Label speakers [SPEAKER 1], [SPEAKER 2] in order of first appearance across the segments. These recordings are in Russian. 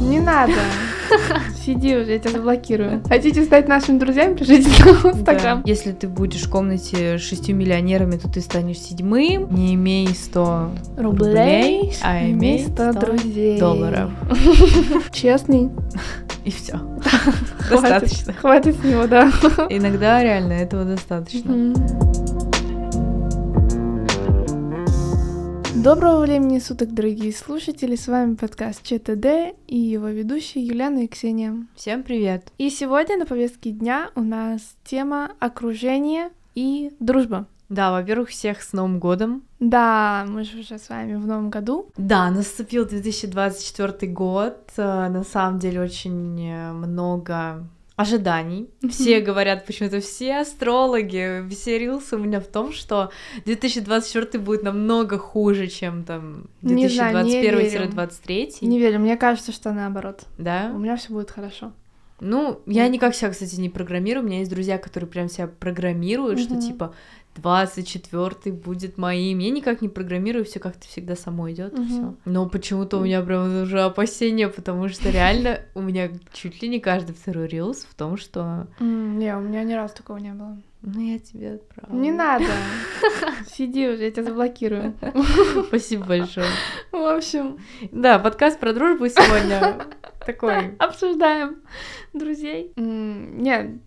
[SPEAKER 1] Не надо. Сиди уже, я тебя заблокирую. Хотите стать нашими друзьями? Пишите нам в Инстаграм.
[SPEAKER 2] Да. Если ты будешь в комнате с шестью миллионерами, то ты станешь седьмым. Не имей 100 рублей, а имей 100
[SPEAKER 1] Вместо друзей.
[SPEAKER 2] долларов.
[SPEAKER 1] Честный.
[SPEAKER 2] И все.
[SPEAKER 1] Хватит.
[SPEAKER 2] Достаточно.
[SPEAKER 1] Хватит с него, да.
[SPEAKER 2] Иногда реально этого достаточно.
[SPEAKER 1] Мгм. Доброго времени суток, дорогие слушатели. С вами подкаст ЧТД и его ведущие Юлиана и Ксения.
[SPEAKER 2] Всем привет.
[SPEAKER 1] И сегодня на повестке дня у нас тема окружение и дружба.
[SPEAKER 2] Да, во-первых, всех с Новым годом.
[SPEAKER 1] Да, мы же уже с вами в новом году.
[SPEAKER 2] Да, наступил 2024 год. Э, На самом деле очень э, много ожиданий. Все говорят, почему-то все астрологи, все рилсы у меня в том, что 2024 будет намного хуже, чем там
[SPEAKER 1] Не знаю, не верим.
[SPEAKER 2] 2021-2023.
[SPEAKER 1] Не верю, мне кажется, что наоборот. У
[SPEAKER 2] Да.
[SPEAKER 1] меня все будет хорошо.
[SPEAKER 2] Ну, я никак себя, кстати, не программирую. У меня есть друзья, которые прям себя программируют, что
[SPEAKER 1] Мгм.
[SPEAKER 2] типа 24 будет моим. Я никак не программирую, все как-то всегда само идет и
[SPEAKER 1] Мгм.
[SPEAKER 2] все. Но почему-то у меня прям уже опасения, потому что реально у меня чуть ли не каждый второй рилс в том, что
[SPEAKER 1] М, Не, у меня ни разу такого не было.
[SPEAKER 2] ну я тебе отправлю.
[SPEAKER 1] А, Не надо. Сиди уже, я тебя заблокирую.
[SPEAKER 2] Спасибо большое.
[SPEAKER 1] В общем,
[SPEAKER 2] Да, подкаст про дружбу сегодня такой.
[SPEAKER 1] обсуждаем друзьей. М, Не,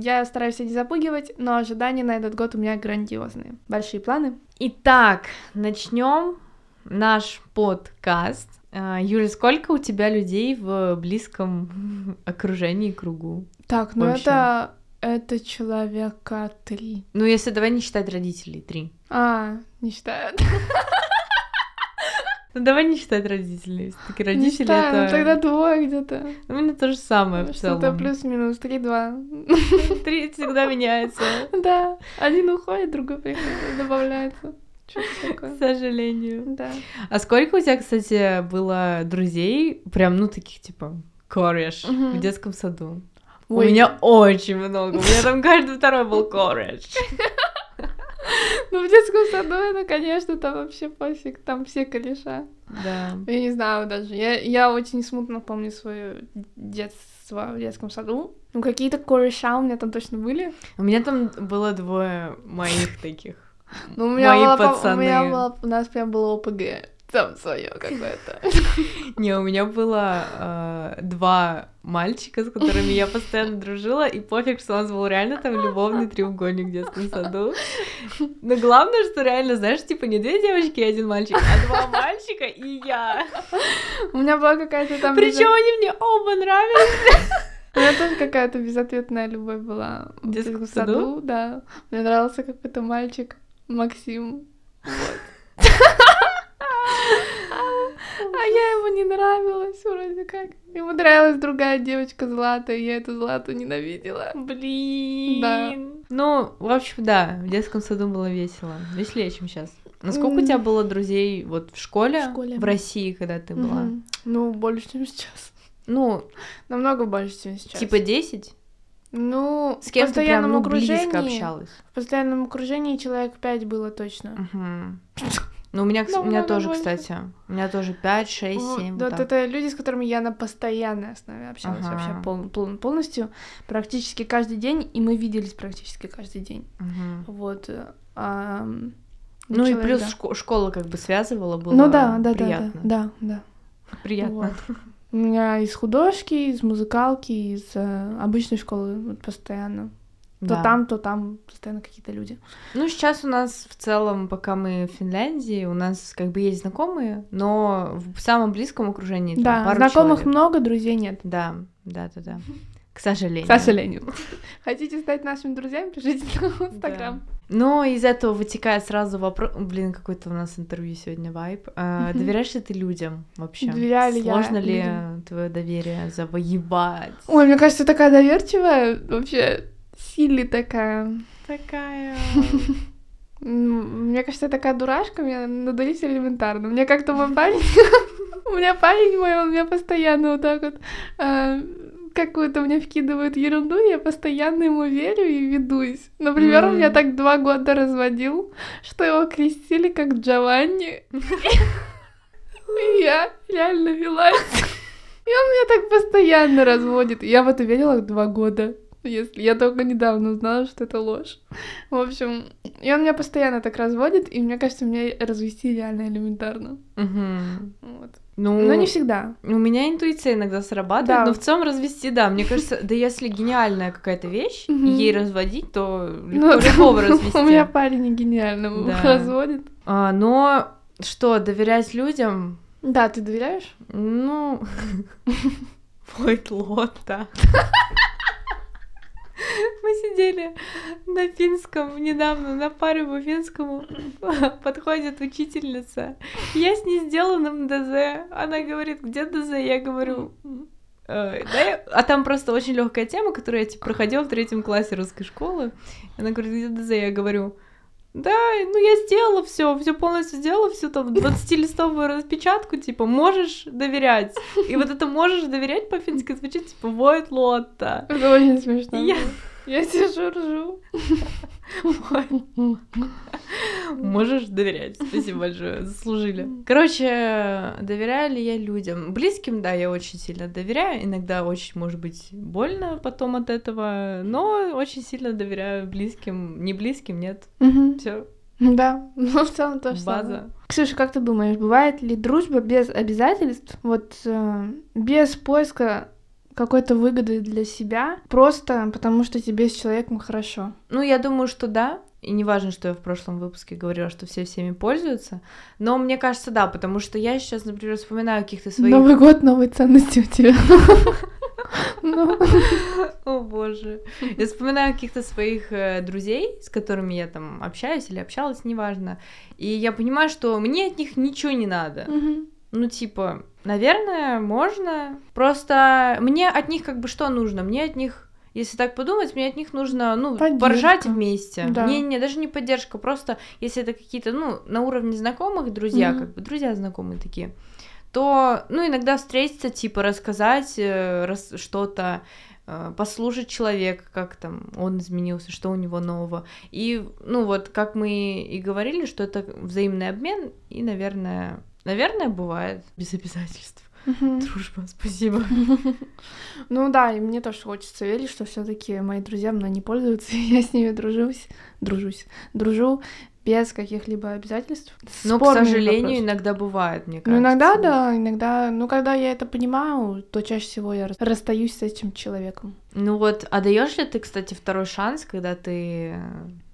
[SPEAKER 1] я стараюсь себя не запугивать, но ожидания на этот год у меня грандиозные. Большие планы.
[SPEAKER 2] Итак, начнем наш подкаст. А, Юля, сколько у тебя людей в близком окружении кругу?
[SPEAKER 1] Так, ну
[SPEAKER 2] Вообще.
[SPEAKER 1] это... Это человека три.
[SPEAKER 2] Ну, если давай не считать родителей, три.
[SPEAKER 1] А, не считаю.
[SPEAKER 2] Ну, давай не считать родителей. Все-таки
[SPEAKER 1] не
[SPEAKER 2] родители
[SPEAKER 1] считаю, ну
[SPEAKER 2] это...
[SPEAKER 1] тогда двое где-то.
[SPEAKER 2] У меня то же самое в
[SPEAKER 1] Что-то
[SPEAKER 2] целом.
[SPEAKER 1] плюс-минус, три-два.
[SPEAKER 2] Три всегда меняется,
[SPEAKER 1] Да, один уходит, другой приходит, добавляется. Что-то
[SPEAKER 2] к
[SPEAKER 1] такое.
[SPEAKER 2] сожалению.
[SPEAKER 1] Да.
[SPEAKER 2] А сколько у тебя, кстати, было друзей, прям, ну, таких, типа, кореш
[SPEAKER 1] Мгм.
[SPEAKER 2] в детском саду? У
[SPEAKER 1] Ой,
[SPEAKER 2] меня очень много. У меня там каждый второй был кореш.
[SPEAKER 1] Ну, в детском саду это, конечно, там вообще пофиг, там все кореша.
[SPEAKER 2] Да.
[SPEAKER 1] Я не знаю даже. Я, я очень смутно помню свое детство в детском саду. Ну, какие-то кореша у меня там точно были.
[SPEAKER 2] У меня там было двое моих таких.
[SPEAKER 1] Ну, у меня,
[SPEAKER 2] Мои
[SPEAKER 1] была, по- у
[SPEAKER 2] пацаны.
[SPEAKER 1] меня была, у нас прям было ОПГ. Там свое какое-то.
[SPEAKER 2] Не, у меня было э, два мальчика, с которыми я постоянно дружила, и пофиг, что у нас был реально там любовный треугольник в детском саду. Но главное, что реально, знаешь, типа не две девочки и один мальчик, а два мальчика и я.
[SPEAKER 1] У меня была какая-то там... безо-
[SPEAKER 2] Причем они мне оба нравились.
[SPEAKER 1] У меня тоже какая-то безответная любовь была в
[SPEAKER 2] детском
[SPEAKER 1] детском
[SPEAKER 2] саду?
[SPEAKER 1] саду, да. Мне нравился какой-то мальчик, Максим. А Вот. А я ему не нравилась вроде как. Ему нравилась другая девочка Злата, и я эту Злату ненавидела.
[SPEAKER 2] Блин.
[SPEAKER 1] Да.
[SPEAKER 2] Ну, в общем, да, в детском саду было весело. Веселее, чем сейчас. Насколько у тебя
[SPEAKER 1] М.
[SPEAKER 2] было друзей вот в школе,
[SPEAKER 1] В школе.
[SPEAKER 2] в России, когда ты была?
[SPEAKER 1] Мгм. Ну, больше, чем сейчас.
[SPEAKER 2] Ну,
[SPEAKER 1] Намного больше, чем сейчас.
[SPEAKER 2] Типа 10?
[SPEAKER 1] ну,
[SPEAKER 2] С кем
[SPEAKER 1] в
[SPEAKER 2] ты прям
[SPEAKER 1] постоянном
[SPEAKER 2] ну,
[SPEAKER 1] окружении,
[SPEAKER 2] близко общалась?
[SPEAKER 1] В постоянном окружении человек пять было точно.
[SPEAKER 2] Мгм. Ну, у меня, кс- у меня
[SPEAKER 1] Намного
[SPEAKER 2] тоже,
[SPEAKER 1] больше.
[SPEAKER 2] кстати. У меня тоже 5, 6,
[SPEAKER 1] Вот,
[SPEAKER 2] 7.
[SPEAKER 1] Вот это люди, с которыми я на постоянной основе общалась
[SPEAKER 2] Ага.
[SPEAKER 1] вообще пол- пол- полностью, практически каждый день, и мы виделись практически каждый день. Вот. э, ам,
[SPEAKER 2] Ну и
[SPEAKER 1] человек,
[SPEAKER 2] плюс
[SPEAKER 1] да.
[SPEAKER 2] шко- школа как бы связывала, было
[SPEAKER 1] Ну да, да, да, да,
[SPEAKER 2] приятно.
[SPEAKER 1] да, да.
[SPEAKER 2] Приятно.
[SPEAKER 1] Вот. У меня из художки, из музыкалки, из э, обычной школы вот, постоянно.
[SPEAKER 2] Да.
[SPEAKER 1] То там, то там постоянно какие-то люди.
[SPEAKER 2] Ну, сейчас у нас в целом, пока мы в Финляндии, у нас как бы есть знакомые, но в самом близком окружении там
[SPEAKER 1] да,
[SPEAKER 2] пару
[SPEAKER 1] знакомых
[SPEAKER 2] человек.
[SPEAKER 1] много, друзей нет.
[SPEAKER 2] Да, да, да, да. К сожалению.
[SPEAKER 1] К сожалению. Хотите стать нашими друзьями, пишите нам в Инстаграм.
[SPEAKER 2] Но из этого вытекает сразу вопрос... Блин, какой-то у нас интервью сегодня вайп. А,
[SPEAKER 1] Мгм.
[SPEAKER 2] доверяешь ли ты людям вообще?
[SPEAKER 1] Доверяю ли я
[SPEAKER 2] Сложно ли
[SPEAKER 1] людям?
[SPEAKER 2] твое доверие завоевать?
[SPEAKER 1] Ой, мне кажется, такая доверчивая, вообще сильная такая.
[SPEAKER 2] такая...
[SPEAKER 1] М, Мне кажется, я такая дурашка, мне надоест элементарно. Мне как-то мой парень... У меня парень мой, он меня постоянно вот так вот э, какую-то мне вкидывает ерунду, и я постоянно ему верю и ведусь. Например, он меня
[SPEAKER 2] М.
[SPEAKER 1] так два года разводил, что его крестили как Джованни. И я реально велась. И он меня так постоянно разводит. Я в это верила два года. Если я только недавно узнала, что это ложь. В общем, и он меня постоянно так разводит, и мне кажется, меня развести реально элементарно.
[SPEAKER 2] Мгм.
[SPEAKER 1] Вот.
[SPEAKER 2] Ну,
[SPEAKER 1] Но не всегда.
[SPEAKER 2] у меня интуиция иногда срабатывает,
[SPEAKER 1] Да.
[SPEAKER 2] но в целом развести, да, мне кажется, да если гениальная какая-то вещь, и
[SPEAKER 1] Мгм.
[SPEAKER 2] ей разводить, то
[SPEAKER 1] Ну,
[SPEAKER 2] легко любого развести.
[SPEAKER 1] У меня парень не гениально
[SPEAKER 2] Да.
[SPEAKER 1] разводит.
[SPEAKER 2] А, но что, доверять людям?
[SPEAKER 1] Да, ты доверяешь?
[SPEAKER 2] Ну, будет лота. Мы сидели на финском недавно, на паре по финскому. Подходит учительница. Я с несделанным ДЗ. Она говорит, где ДЗ? Я говорю, «Э, да, я-» а там просто очень легкая тема, которую я типа, проходила в третьем классе русской школы. Она говорит, где ДЗ? Я говорю, да, ну я сделала все, все полностью сделала, всю там 20-листовую распечатку, типа, можешь доверять. И вот это можешь доверять по-фински звучит, типа, воет лотта.
[SPEAKER 1] Это очень смешно.
[SPEAKER 2] Я-
[SPEAKER 1] было. Я сижу, ржу.
[SPEAKER 2] Можешь доверять. Спасибо большое, заслужили. Короче, доверяю ли я людям? Близким, да, я очень сильно доверяю. Иногда очень, может быть, больно потом от этого, но очень сильно доверяю близким. Не близким, нет.
[SPEAKER 1] Мгм.
[SPEAKER 2] Все,
[SPEAKER 1] Да, ну в целом тоже самое.
[SPEAKER 2] база.
[SPEAKER 1] Ксюша, как ты думаешь, бывает ли дружба без обязательств, вот э, без поиска какой-то выгоды для себя, просто потому что тебе с человеком хорошо?
[SPEAKER 2] Ну, я думаю, что да. И не важно, что я в прошлом выпуске говорила, что все всеми пользуются. Но мне кажется, да, потому что я сейчас, например, вспоминаю каких-то своих...
[SPEAKER 1] Новый год, новые ценности у тебя. Ну,
[SPEAKER 2] О боже. Я вспоминаю каких-то своих э, друзей, с которыми я там общаюсь или общалась, неважно. И я понимаю, что мне от них ничего не надо.
[SPEAKER 1] мгм.
[SPEAKER 2] Ну, типа, наверное, можно. Просто мне от них как бы что нужно? Мне от них, если так подумать, мне от них нужно, ну,
[SPEAKER 1] Поддержка.
[SPEAKER 2] поржать вместе.
[SPEAKER 1] Да.
[SPEAKER 2] Не, не, даже не поддержка, просто если это какие-то, ну, на уровне знакомых друзья,
[SPEAKER 1] Мгм.
[SPEAKER 2] как бы друзья знакомые такие, то, ну, иногда встретиться, типа, рассказать э, рас- что-то, э, послушать человека, как там он изменился, что у него нового. И, ну, вот, как мы и говорили, что это взаимный обмен, и, наверное, наверное, бывает без обязательств.
[SPEAKER 1] Мгм.
[SPEAKER 2] Дружба, спасибо.
[SPEAKER 1] Ну да, и мне тоже хочется верить, что все таки мои друзья мной не пользуются, и я с ними дружусь, дружусь, дружу без каких-либо обязательств.
[SPEAKER 2] Но, Ну, к
[SPEAKER 1] Спорный
[SPEAKER 2] сожалению,
[SPEAKER 1] вопрос.
[SPEAKER 2] иногда бывает, мне
[SPEAKER 1] Ну,
[SPEAKER 2] кажется.
[SPEAKER 1] иногда, да, иногда, ну, когда я это понимаю, то чаще всего я рас- расстаюсь с этим человеком.
[SPEAKER 2] Ну вот, а даешь ли ты, кстати, второй шанс, когда ты э,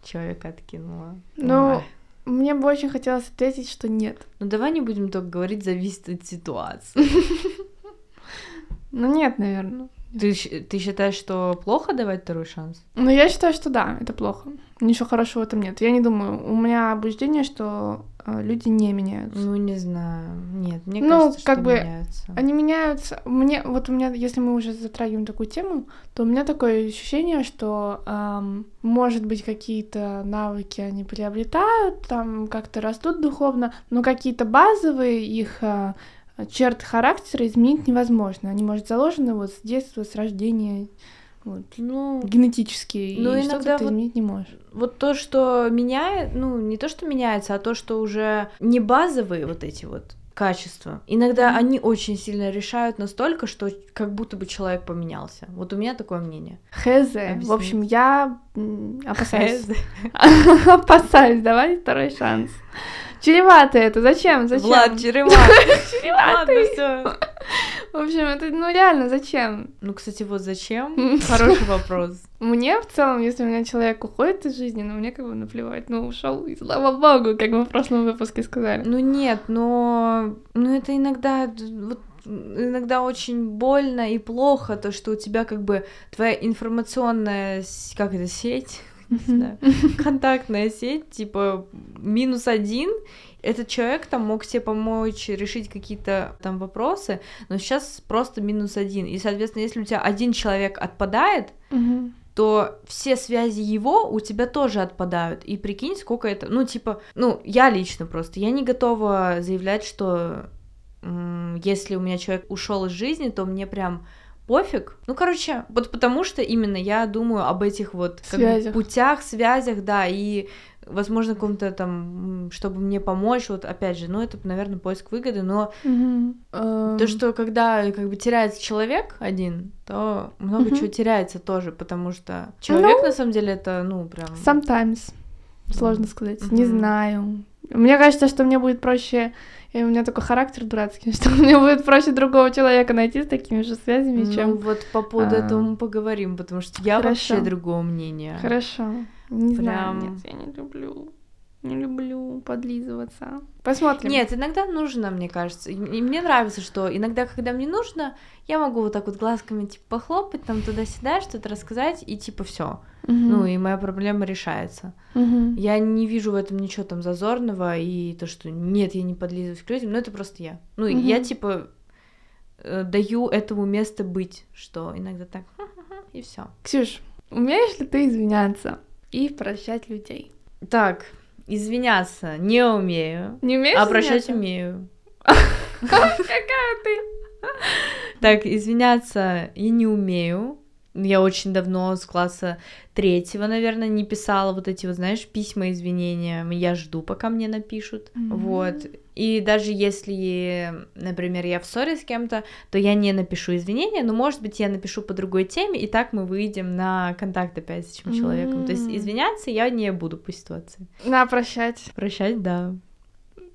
[SPEAKER 2] человека откинула?
[SPEAKER 1] Ну,
[SPEAKER 2] Ой.
[SPEAKER 1] мне бы очень хотелось ответить, что нет.
[SPEAKER 2] Ну давай не будем только говорить, зависит от ситуации.
[SPEAKER 1] Ну, нет, наверное.
[SPEAKER 2] Ты, щ- ты считаешь, что плохо давать второй шанс?
[SPEAKER 1] Но я считаю, что да, это плохо. Ничего хорошего в этом нет. Я не думаю. У меня убеждение, что э, люди не меняются.
[SPEAKER 2] Ну, не знаю. Нет, мне
[SPEAKER 1] Ну,
[SPEAKER 2] кажется,
[SPEAKER 1] как
[SPEAKER 2] что
[SPEAKER 1] бы,
[SPEAKER 2] меняются.
[SPEAKER 1] Они меняются. Мне, вот у меня, если мы уже затрагиваем такую тему, то у меня такое ощущение, что, эм, может быть, какие-то навыки они приобретают, там как-то растут духовно, но какие-то базовые их э, черты характера изменить невозможно. Они, может, заложены вот с детства, с рождения, вот,
[SPEAKER 2] Ну,
[SPEAKER 1] генетически,
[SPEAKER 2] Ну,
[SPEAKER 1] и что-то
[SPEAKER 2] иногда
[SPEAKER 1] ты
[SPEAKER 2] вот-
[SPEAKER 1] изменить не можешь.
[SPEAKER 2] вот то, что меняет, ну, не то, что меняется, а то, что уже не базовые вот эти вот качества. Иногда
[SPEAKER 1] Мгм.
[SPEAKER 2] они очень сильно решают настолько, что как будто бы человек поменялся. Вот у меня такое мнение.
[SPEAKER 1] Хз.
[SPEAKER 2] Объяснить.
[SPEAKER 1] В общем, я м, опасаюсь.
[SPEAKER 2] Хз.
[SPEAKER 1] Опасаюсь давать второй шанс. Чревато это. Зачем? Зачем?
[SPEAKER 2] Влад, чреват. Ладно, всё.
[SPEAKER 1] В общем, это ну реально зачем?
[SPEAKER 2] Ну, кстати, вот зачем? Хороший вопрос.
[SPEAKER 1] Мне в целом, если у меня человек уходит из жизни, ну мне как бы наплевать, ну ушел и слава богу, как мы в прошлом выпуске сказали.
[SPEAKER 2] Ну нет, но ну это иногда д- вот, иногда очень больно и плохо то, что у тебя как бы твоя информационная с- как это сеть, не знаю, контактная сеть типа минус один. Этот человек там мог тебе помочь решить какие-то там вопросы, но сейчас просто минус один. И соответственно, если у тебя один человек отпадает,
[SPEAKER 1] Мгм.
[SPEAKER 2] то все связи его у тебя тоже отпадают. И прикинь, сколько это... Ну, типа, ну, я лично просто, я не готова заявлять, что м, если у меня человек ушел из жизни, то мне прям пофиг. Ну, короче, вот потому что именно я думаю об этих вот как бы
[SPEAKER 1] Связях.
[SPEAKER 2] путях, связях, да, и возможно, каком-то там, м, чтобы мне помочь, вот опять же, ну, это, наверное, поиск выгоды, но то,
[SPEAKER 1] То,
[SPEAKER 2] что когда э, как бы теряется человек один, то много
[SPEAKER 1] Мгм. Ну,
[SPEAKER 2] чего теряется тоже, потому что человек на самом деле это, ну, прям
[SPEAKER 1] Sometimes. Сложно сказать. Не
[SPEAKER 2] Мгм.
[SPEAKER 1] знаю. Мне кажется, что мне будет проще... И у меня такой характер дурацкий, что мне будет проще другого человека найти с такими же связями,
[SPEAKER 2] Ну,
[SPEAKER 1] чем...
[SPEAKER 2] вот по поводу
[SPEAKER 1] А.
[SPEAKER 2] этого мы поговорим, потому что я
[SPEAKER 1] Хорошо.
[SPEAKER 2] вообще другого мнения.
[SPEAKER 1] Хорошо. Не знаю.
[SPEAKER 2] Прям.
[SPEAKER 1] Нет, я не люблю. Не люблю подлизываться. Посмотрим.
[SPEAKER 2] Нет, иногда нужно, мне кажется. И и мне нравится, что иногда, когда мне нужно, я могу вот так вот глазками типа похлопать, там туда-сюда что-то рассказать, и типа все.
[SPEAKER 1] Мгм.
[SPEAKER 2] Ну и моя проблема решается.
[SPEAKER 1] Мгм.
[SPEAKER 2] Я не вижу в этом ничего там зазорного, и то, что нет, я не подлизываюсь к людям, но это просто я. Ну, и
[SPEAKER 1] Мгм.
[SPEAKER 2] я типа э, даю этому место быть, что иногда так, «Ха-ха-ха», и все.
[SPEAKER 1] Ксюш, умеешь ли ты извиняться и прощать людей?
[SPEAKER 2] Так, извиняться не умею,
[SPEAKER 1] Не умеешь?
[SPEAKER 2] а прощать
[SPEAKER 1] извиняться?
[SPEAKER 2] умею.
[SPEAKER 1] Какая ты?
[SPEAKER 2] Так, извиняться я не умею. Я очень давно с класса третьего, наверное, не писала вот эти вот, знаешь, письма извинения. Я жду, пока мне напишут.
[SPEAKER 1] Мгм.
[SPEAKER 2] Вот. И даже если, например, я в ссоре с кем-то, то я не напишу извинения, но, может быть, я напишу по другой теме, и так мы выйдем на контакт опять с этим человеком. То есть
[SPEAKER 1] М.
[SPEAKER 2] извиняться я не буду по ситуации.
[SPEAKER 1] На, прощать.
[SPEAKER 2] Прощать, да.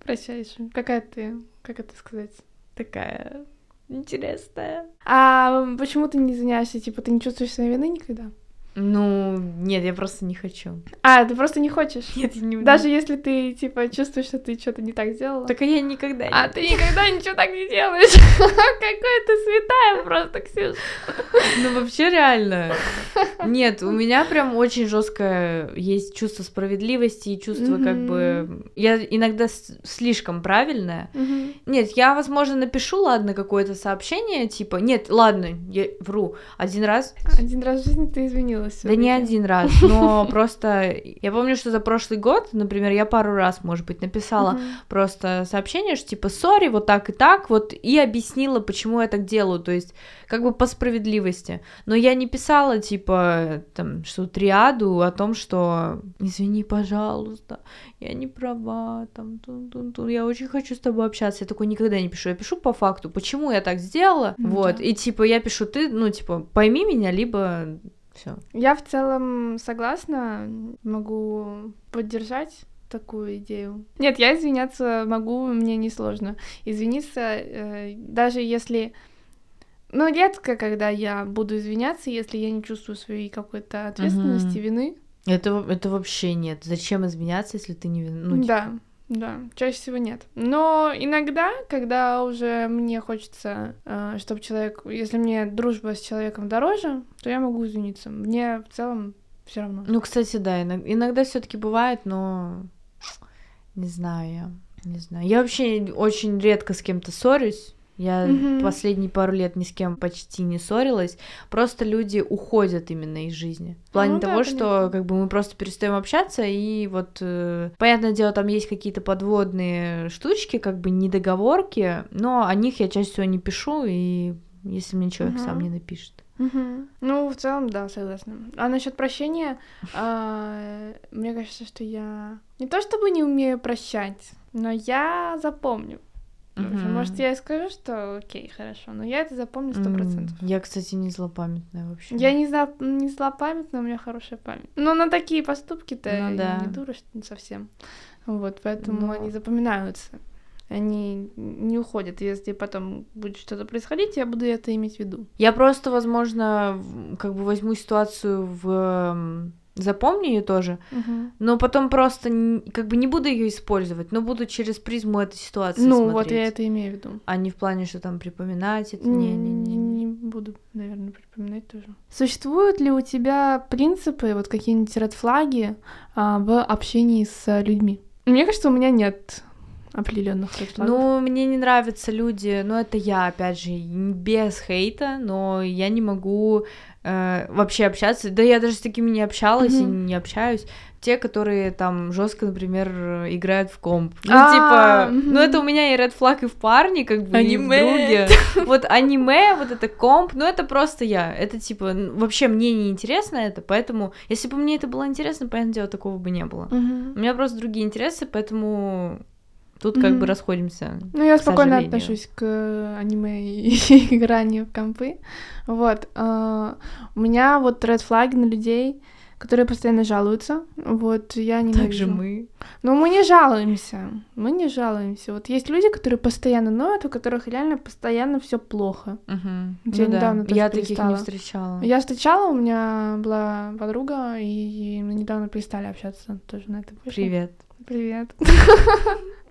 [SPEAKER 1] Прощаешь. Какая ты? Как это сказать?
[SPEAKER 2] Такая интересная.
[SPEAKER 1] А м, почему ты не извиняешься? Типа, ты не чувствуешь своей вины никогда?
[SPEAKER 2] Ну, нет, я просто не хочу.
[SPEAKER 1] А, ты просто не хочешь.
[SPEAKER 2] Нет, я не
[SPEAKER 1] Даже если ты, типа, чувствуешь, что ты что-то не так сделала.
[SPEAKER 2] Так а я никогда
[SPEAKER 1] А
[SPEAKER 2] не...
[SPEAKER 1] ты никогда ничего так не делаешь. Какая ты святая просто, Ксюш.
[SPEAKER 2] Ну вообще реально. Нет, у меня прям очень жесткое есть чувство справедливости и чувство как
[SPEAKER 1] Мгм.
[SPEAKER 2] бы... Я иногда с- слишком правильная. Нет, я, возможно, напишу, ладно, какое-то сообщение, типа... Нет, ладно, я вру. Один раз
[SPEAKER 1] Один раз в жизни ты извинилась.
[SPEAKER 2] Да не
[SPEAKER 1] всё-таки.
[SPEAKER 2] один раз, но просто я помню, что за прошлый год, например, я пару раз, может быть, написала
[SPEAKER 1] Мгм.
[SPEAKER 2] просто сообщение, что типа сори, вот так и так, вот и объяснила, почему я так делаю, то есть как бы по справедливости. Но я не писала типа там что триаду о том, что извини, пожалуйста, я не права, там тун-тун-тун, я очень хочу с тобой общаться, я такой никогда не пишу, я пишу по факту, почему я так сделала,
[SPEAKER 1] Ну
[SPEAKER 2] вот
[SPEAKER 1] да.
[SPEAKER 2] и типа я пишу ты, ну типа пойми меня либо все.
[SPEAKER 1] Я в целом согласна, могу поддержать такую идею. Нет, я извиняться могу, мне несложно. Извиниться, э, даже если... Ну, редко, когда я буду извиняться, если я не чувствую своей какой-то ответственности, вины.
[SPEAKER 2] Это, это вообще нет. Зачем извиняться, если ты не вин- ну, типа,
[SPEAKER 1] да, да, чаще всего нет. Но иногда, когда уже мне хочется, чтобы человек, если мне дружба с человеком дороже, то я могу извиниться. Мне в целом все равно.
[SPEAKER 2] Ну, кстати, да, иногда, все-таки бывает, но не знаю я. Не знаю. Я вообще очень редко с кем-то ссорюсь. Я
[SPEAKER 1] Мгм.
[SPEAKER 2] последние пару лет ни с кем почти не ссорилась. Просто люди уходят именно из жизни. В плане
[SPEAKER 1] Ну да,
[SPEAKER 2] того, что
[SPEAKER 1] понятно.
[SPEAKER 2] как бы мы просто перестаем общаться, и вот, э, понятное дело, там есть какие-то подводные штучки, как бы недоговорки, но о них я чаще всего не пишу, и если мне человек сам
[SPEAKER 1] Мгм.
[SPEAKER 2] не напишет.
[SPEAKER 1] Мгм. Ну, в целом, да, согласна. А насчет прощения, а, мне кажется, что я не то чтобы не умею прощать, но я запомню. В общем,
[SPEAKER 2] Мгм.
[SPEAKER 1] Может, я и скажу, что окей, хорошо, но я это запомню сто
[SPEAKER 2] М,
[SPEAKER 1] процентов.
[SPEAKER 2] Я, кстати, не злопамятная вообще.
[SPEAKER 1] Я не, зла, не злопамятна, у меня хорошая память. Но на такие поступки-то
[SPEAKER 2] Ну
[SPEAKER 1] я
[SPEAKER 2] да.
[SPEAKER 1] не дура что- совсем. Вот, поэтому
[SPEAKER 2] Ну.
[SPEAKER 1] они запоминаются. Они не уходят. Если потом будет что-то происходить, я буду это иметь в виду.
[SPEAKER 2] Я просто, возможно, в- как бы возьму ситуацию в эм, запомню ее тоже, но потом просто н- как бы не буду ее использовать, но буду через призму этой ситуации
[SPEAKER 1] Ну,
[SPEAKER 2] смотреть.
[SPEAKER 1] вот я это имею в виду.
[SPEAKER 2] А не в плане, что там припоминать это.
[SPEAKER 1] Не,
[SPEAKER 2] Не,
[SPEAKER 1] не, не,
[SPEAKER 2] не,
[SPEAKER 1] не буду, наверное, припоминать тоже. Существуют ли у тебя принципы, вот какие-нибудь редфлаги в общении с людьми? Мне кажется, у меня нет определенных редфлагов.
[SPEAKER 2] Ну, мне не ну, нравятся люди, но это я, опять же, н- без хейта, но я не могу э, вообще общаться. Да я даже с такими не общалась и
[SPEAKER 1] Мгм.
[SPEAKER 2] не общаюсь. Те, которые там жестко, например, э, играют в комп. Ну,
[SPEAKER 1] А,
[SPEAKER 2] типа,
[SPEAKER 1] мгм.
[SPEAKER 2] ну это у меня и Red Flag, и в парне, как бы, и в
[SPEAKER 1] Аниме.
[SPEAKER 2] друге. Вот аниме, вот это комп, ну это просто я. Это типа, н- вообще мне не интересно это, поэтому, если бы мне это было интересно, понятное дело, такого бы не было.
[SPEAKER 1] Мгм.
[SPEAKER 2] У меня просто другие интересы, поэтому тут как
[SPEAKER 1] Мгм.
[SPEAKER 2] бы расходимся.
[SPEAKER 1] Ну, я
[SPEAKER 2] к
[SPEAKER 1] спокойно
[SPEAKER 2] сожалению.
[SPEAKER 1] отношусь к э, аниме и игранию в компы. Вот. э, У меня вот ред флаги на людей, которые постоянно жалуются. Вот, я не
[SPEAKER 2] Так же мы.
[SPEAKER 1] Но мы не жалуемся. Мы не жалуемся. Вот есть люди, которые постоянно ноют, у которых реально постоянно все плохо.
[SPEAKER 2] Мгм.
[SPEAKER 1] Вот я
[SPEAKER 2] Ну да,
[SPEAKER 1] недавно тоже
[SPEAKER 2] я таких
[SPEAKER 1] перестала.
[SPEAKER 2] не встречала.
[SPEAKER 1] Я встречала, у меня была подруга, и мы недавно перестали общаться тоже на это вышло.
[SPEAKER 2] Привет.
[SPEAKER 1] Привет.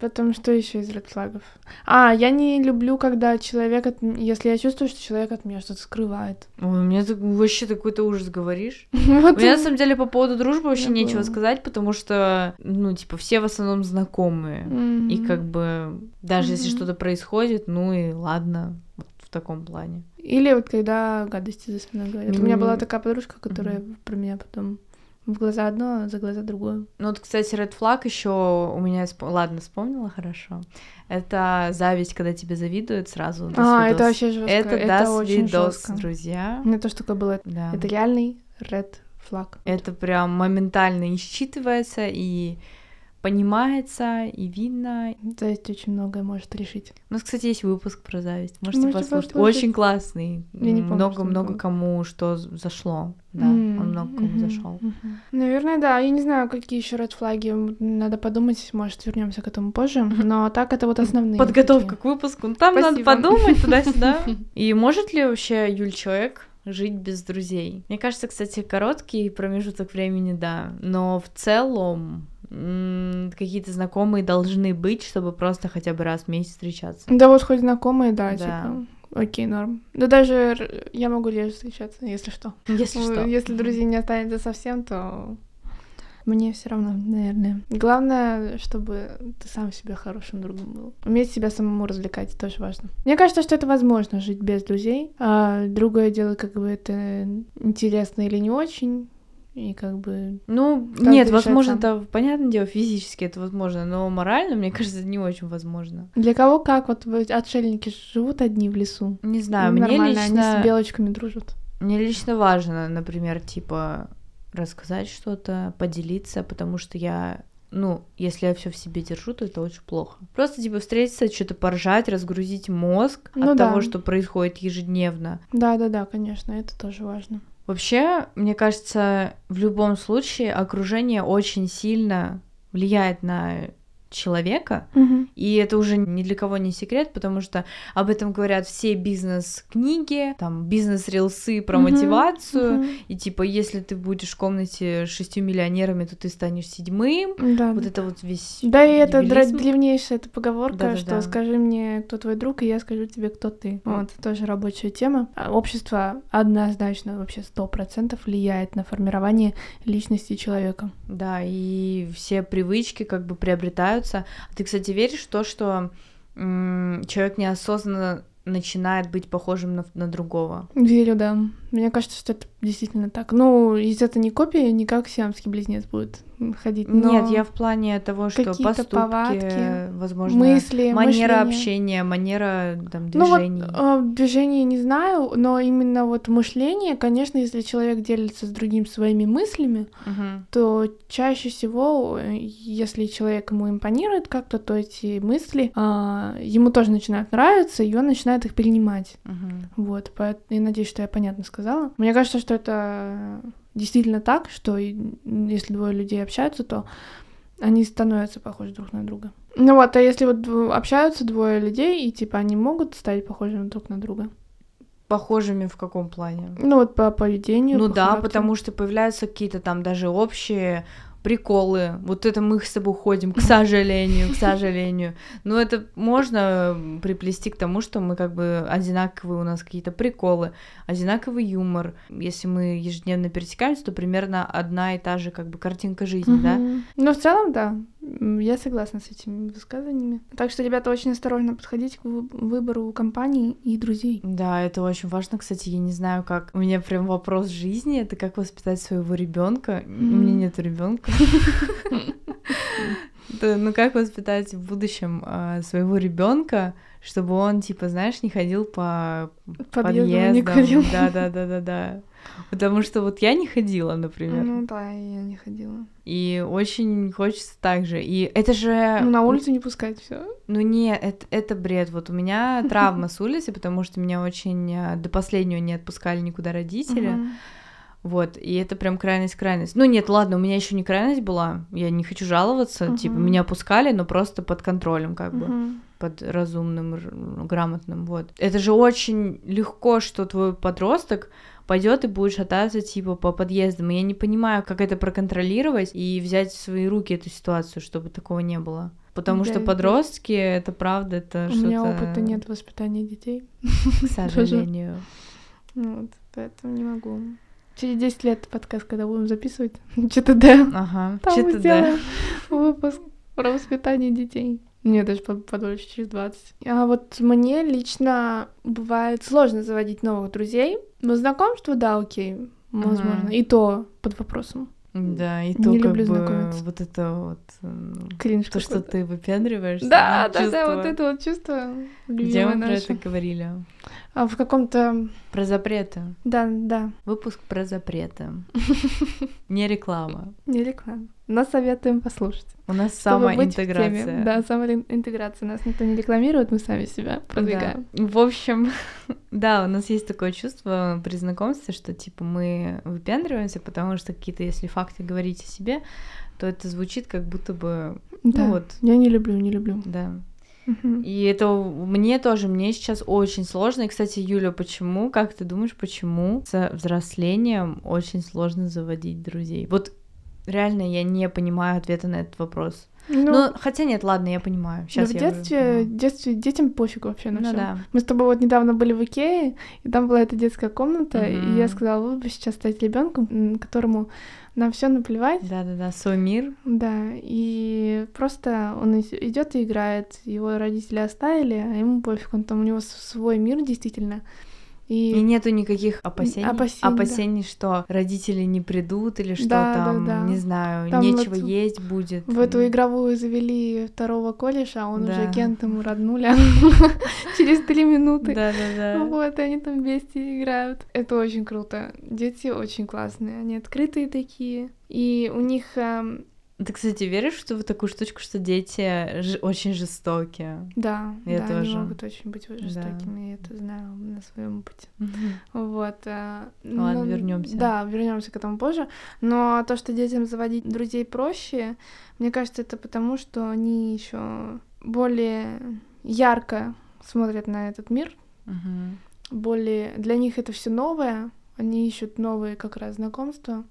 [SPEAKER 1] Потом что еще из редфлагов? А, я не люблю, когда человек, от... м- если я чувствую, что человек от меня что-то скрывает.
[SPEAKER 2] Ой, у меня так- вообще такой-то ужас говоришь. У
[SPEAKER 1] Вот
[SPEAKER 2] меня, на
[SPEAKER 1] и-
[SPEAKER 2] самом деле, по поводу дружбы вообще
[SPEAKER 1] Ну, Я
[SPEAKER 2] нечего
[SPEAKER 1] была.
[SPEAKER 2] сказать, потому что, ну, типа, все в основном знакомые.
[SPEAKER 1] Мгм.
[SPEAKER 2] И как бы, даже если
[SPEAKER 1] Мгм.
[SPEAKER 2] что-то происходит, ну и ладно, вот в таком плане.
[SPEAKER 1] Или вот когда гадости за спиной говорят. У меня была
[SPEAKER 2] Мгм.
[SPEAKER 1] такая подружка, которая про меня потом в глаза одно, а за глаза другое.
[SPEAKER 2] Ну вот, кстати, Red Flag еще у меня... исп- Ладно, вспомнила, хорошо. Это зависть, когда тебе завидуют сразу. даст
[SPEAKER 1] А, это
[SPEAKER 2] видос.
[SPEAKER 1] вообще жестко.
[SPEAKER 2] Это,
[SPEAKER 1] Это,
[SPEAKER 2] даст
[SPEAKER 1] очень
[SPEAKER 2] видос,
[SPEAKER 1] жестко.
[SPEAKER 2] друзья.
[SPEAKER 1] У меня тоже такое было.
[SPEAKER 2] Да.
[SPEAKER 1] Это реальный red флаг.
[SPEAKER 2] Это прям моментально и считывается, и понимается, и видно.
[SPEAKER 1] Зависть очень многое может решить.
[SPEAKER 2] У нас, кстати, есть выпуск про зависть. Можете,
[SPEAKER 1] Можете
[SPEAKER 2] послушать.
[SPEAKER 1] послушать.
[SPEAKER 2] Очень классный.
[SPEAKER 1] Я не помню, что он
[SPEAKER 2] Много-много
[SPEAKER 1] был.
[SPEAKER 2] кому что з- зашло. Да,
[SPEAKER 1] М,
[SPEAKER 2] он много кому
[SPEAKER 1] мгм,
[SPEAKER 2] зашел.
[SPEAKER 1] мгм. Наверное, да. Я не знаю, какие еще ред флаги. Надо подумать, может, вернемся к этому позже. Но так это вот основные.
[SPEAKER 2] Подготовка к выпуску. Ну, там надо
[SPEAKER 1] Спасибо.
[SPEAKER 2] подумать туда-сюда. И может ли вообще Юль человек жить без друзей? Мне кажется, кстати, короткий промежуток времени, да. Но в целом м, какие-то знакомые должны быть, чтобы просто хотя бы раз в месяц встречаться.
[SPEAKER 1] такие. Да вот хоть знакомые, да,
[SPEAKER 2] Да.
[SPEAKER 1] типа. Окей, норм. Да даже р- я могу лишь встречаться, если что.
[SPEAKER 2] Если что.
[SPEAKER 1] Если друзей не останется совсем, то мне все равно, наверное. Главное, чтобы ты сам себе хорошим другом был. Уметь себя самому развлекать тоже важно. Мне кажется, что это возможно жить без друзей. А другое дело, как бы это интересно или не очень. И как бы
[SPEAKER 2] Ну,
[SPEAKER 1] Каждый
[SPEAKER 2] нет,
[SPEAKER 1] решает
[SPEAKER 2] возможно,
[SPEAKER 1] сам.
[SPEAKER 2] это, понятное дело, физически это возможно, но морально, мне кажется, не очень возможно.
[SPEAKER 1] для кого как, вот вы- отшельники живут одни в лесу.
[SPEAKER 2] Не знаю,
[SPEAKER 1] Им
[SPEAKER 2] мне
[SPEAKER 1] нормально, они
[SPEAKER 2] лично,
[SPEAKER 1] с белочками дружат.
[SPEAKER 2] мне лично важно, например, типа, рассказать что-то, поделиться, потому что я, ну, если я все в себе держу, то это очень плохо. Просто, типа, встретиться, что-то поржать, разгрузить мозг
[SPEAKER 1] Ну
[SPEAKER 2] от
[SPEAKER 1] да.
[SPEAKER 2] того, что происходит ежедневно.
[SPEAKER 1] Да-да-да, конечно, это тоже важно.
[SPEAKER 2] Вообще, мне кажется, в любом случае окружение очень сильно влияет на человека, И это уже ни для кого не секрет, потому что об этом говорят все бизнес-книги, там бизнес-рилсы про
[SPEAKER 1] Мгм,
[SPEAKER 2] мотивацию.
[SPEAKER 1] Мгм.
[SPEAKER 2] И типа, если ты будешь в комнате с шестью миллионерами, то ты станешь седьмым.
[SPEAKER 1] Да,
[SPEAKER 2] Вот
[SPEAKER 1] да.
[SPEAKER 2] это вот весь.
[SPEAKER 1] Да, и это дра-
[SPEAKER 2] дебилизм.
[SPEAKER 1] древнейшая эта поговорка,
[SPEAKER 2] Да-да-да.
[SPEAKER 1] что скажи мне, кто твой друг, и я скажу тебе, кто ты.
[SPEAKER 2] Мгм.
[SPEAKER 1] Вот, тоже рабочая тема. А Общество однозначно, вообще сто процентов влияет на формирование личности человека.
[SPEAKER 2] Да, и все привычки как бы приобретаются. А Ты, кстати, веришь в то, что м, человек неосознанно начинает быть похожим на, на другого?
[SPEAKER 1] Верю, да. Мне кажется, что это действительно так. Ну, если это не копия, не как сиамский близнец будет ходить. но
[SPEAKER 2] Нет, я в плане того, что
[SPEAKER 1] какие-то
[SPEAKER 2] поступки,
[SPEAKER 1] повадки,
[SPEAKER 2] возможно,
[SPEAKER 1] мысли,
[SPEAKER 2] манера
[SPEAKER 1] мышление.
[SPEAKER 2] общения, манера там,
[SPEAKER 1] Ну вот
[SPEAKER 2] движений.
[SPEAKER 1] э, движение не знаю, но именно вот мышление, конечно, если человек делится с другим своими мыслями,
[SPEAKER 2] Мгм.
[SPEAKER 1] то чаще всего, э, если человек ему импонирует как-то, то эти мысли а, ему тоже начинают нравиться, и он начинает их перенимать.
[SPEAKER 2] Мгм.
[SPEAKER 1] Вот, поэтому я надеюсь, что я понятно сказала. Мне кажется, что это действительно так, что и- м, если двое людей общаются, то они становятся похожи друг на друга. Ну вот, а если вот дв- общаются двое людей, и типа они могут стать похожими друг на друга?
[SPEAKER 2] Похожими в каком плане?
[SPEAKER 1] Ну вот по поведению.
[SPEAKER 2] Ну
[SPEAKER 1] по
[SPEAKER 2] да,
[SPEAKER 1] характеру.
[SPEAKER 2] потому что появляются какие-то там даже общие приколы. Вот это мы с тобой ходим, к сожалению, к сожалению. Но это можно приплести к тому, что мы как бы одинаковые у нас какие-то приколы, одинаковый юмор. Если мы ежедневно пересекаемся, то примерно одна и та же как бы картинка жизни, да?
[SPEAKER 1] Мгм. Ну, в целом, да. М, Я согласна с этими высказаниями. Так что, ребята, очень осторожно подходите к вы- выбору компаний и друзей.
[SPEAKER 2] Да, это очень важно. Кстати, я не знаю, как. У меня прям вопрос жизни это как воспитать своего ребенка. У меня
[SPEAKER 1] М.
[SPEAKER 2] нет ребенка. Ну как воспитать в будущем а, своего ребенка, чтобы он, типа, знаешь, не ходил по
[SPEAKER 1] Подъездом не ходил.
[SPEAKER 2] Да, да, да, да, да. Потому что вот я не ходила, например.
[SPEAKER 1] Ну да, и я не ходила.
[SPEAKER 2] И очень хочется так же. И это же...
[SPEAKER 1] Ну, на улицу не пускать все.
[SPEAKER 2] Ну не, это, это бред. Вот у меня травма с улицы, потому что меня очень э, до последнего не отпускали никуда родители. Вот, и это прям крайность-крайность. Ну нет, ладно, у меня еще не крайность была. Я не хочу жаловаться.
[SPEAKER 1] Мгм.
[SPEAKER 2] Типа, меня пускали, но просто под контролем, как бы под разумным, р- ну, грамотным, вот. Это же очень легко, что твой подросток пойдет и будет шататься типа по подъездам. И я не понимаю, как это проконтролировать и взять в свои руки эту ситуацию, чтобы такого не было. Потому
[SPEAKER 1] Да,
[SPEAKER 2] что
[SPEAKER 1] это-
[SPEAKER 2] подростки, это правда, это
[SPEAKER 1] У
[SPEAKER 2] что-то...
[SPEAKER 1] меня опыта нет воспитания детей.
[SPEAKER 2] К сожалению.
[SPEAKER 1] Ну, Вот, поэтому не могу. Через 10 лет подкаст, когда будем записывать, что-то да.
[SPEAKER 2] Ага.
[SPEAKER 1] Там мы
[SPEAKER 2] Чё-то да.
[SPEAKER 1] сделаем выпуск про воспитание детей. Мне даже по- подольше, через 20. А вот мне лично бывает сложно заводить новых друзей. Но знакомство, да, окей, возможно.
[SPEAKER 2] Мгм.
[SPEAKER 1] И то под вопросом.
[SPEAKER 2] Да, и
[SPEAKER 1] Не
[SPEAKER 2] то как
[SPEAKER 1] люблю
[SPEAKER 2] бы
[SPEAKER 1] знакомиться.
[SPEAKER 2] вот это вот... м,
[SPEAKER 1] Кринж
[SPEAKER 2] То, что
[SPEAKER 1] какой-то.
[SPEAKER 2] ты выпендриваешься.
[SPEAKER 1] Да,
[SPEAKER 2] ну,
[SPEAKER 1] да, да,
[SPEAKER 2] чувство.
[SPEAKER 1] вот это вот чувство
[SPEAKER 2] Где
[SPEAKER 1] любимое
[SPEAKER 2] мы про
[SPEAKER 1] наше.
[SPEAKER 2] это говорили?
[SPEAKER 1] А в каком-то...
[SPEAKER 2] Про запреты.
[SPEAKER 1] Да, да,
[SPEAKER 2] Выпуск про запреты. Не реклама.
[SPEAKER 1] не реклама. Нас советуем послушать.
[SPEAKER 2] У нас
[SPEAKER 1] чтобы быть в теме.
[SPEAKER 2] самоинтеграция.
[SPEAKER 1] Да, самоинтеграция. Нас никто не рекламирует, мы сами себя продвигаем.
[SPEAKER 2] Да. В общем, да, у нас есть такое чувство при знакомстве, что типа мы выпендриваемся, потому что какие-то, если факты говорить о себе, то это звучит как будто бы,
[SPEAKER 1] Да.
[SPEAKER 2] ну вот,
[SPEAKER 1] Я не люблю, не люблю.
[SPEAKER 2] да.
[SPEAKER 1] Мгм.
[SPEAKER 2] И это у- мне тоже, мне сейчас очень сложно. И, кстати, Юля, почему, как ты думаешь, почему со взрослением очень сложно заводить друзей? Вот реально я не понимаю ответа на этот вопрос.
[SPEAKER 1] Ну,
[SPEAKER 2] Ну, хотя нет, ладно, я понимаю.
[SPEAKER 1] да
[SPEAKER 2] Сейчас
[SPEAKER 1] в
[SPEAKER 2] я
[SPEAKER 1] детстве,
[SPEAKER 2] понимаю.
[SPEAKER 1] детстве детям пофиг вообще на
[SPEAKER 2] Ну
[SPEAKER 1] всё.
[SPEAKER 2] да.
[SPEAKER 1] Мы с тобой вот недавно были в Икее, и там была эта детская комната, и я
[SPEAKER 2] Мгм.
[SPEAKER 1] сказала, вы бы сейчас стать ребенком, которому на все наплевать,
[SPEAKER 2] Да, да, да. Свой мир.
[SPEAKER 1] Да, и просто он идет и играет. Его родители оставили, а ему пофиг, он там у него с- свой мир действительно.
[SPEAKER 2] И,
[SPEAKER 1] И
[SPEAKER 2] нету никаких опасений.
[SPEAKER 1] опасений, да.
[SPEAKER 2] Опасений, что родители не придут или что
[SPEAKER 1] Да, да,
[SPEAKER 2] там,
[SPEAKER 1] да.
[SPEAKER 2] не знаю,
[SPEAKER 1] Там
[SPEAKER 2] нечего
[SPEAKER 1] вот
[SPEAKER 2] есть будет.
[SPEAKER 1] в эту игровую завели второго кореша, а он уже
[SPEAKER 2] Да.
[SPEAKER 1] Кент ему роднуля через три минуты.
[SPEAKER 2] Да, да, да.
[SPEAKER 1] Ну Вот, и они там вместе играют. Это очень круто. Дети очень классные, они открытые такие. И у них... эм,
[SPEAKER 2] Ты, кстати, веришь что в такую штучку, что дети ж- очень жестокие?
[SPEAKER 1] да,
[SPEAKER 2] Я
[SPEAKER 1] да, они
[SPEAKER 2] тоже.
[SPEAKER 1] могут очень быть жестокими, я это знаю на своем опыте. Вот. Ладно,
[SPEAKER 2] Ладно, вернёмся.
[SPEAKER 1] Да, вернемся к этому позже. Но то, что детям заводить друзей проще, мне кажется, это потому, что они еще более ярко смотрят на этот мир,
[SPEAKER 2] Мгм.
[SPEAKER 1] более для них это все новое, они ищут новые как раз знакомства.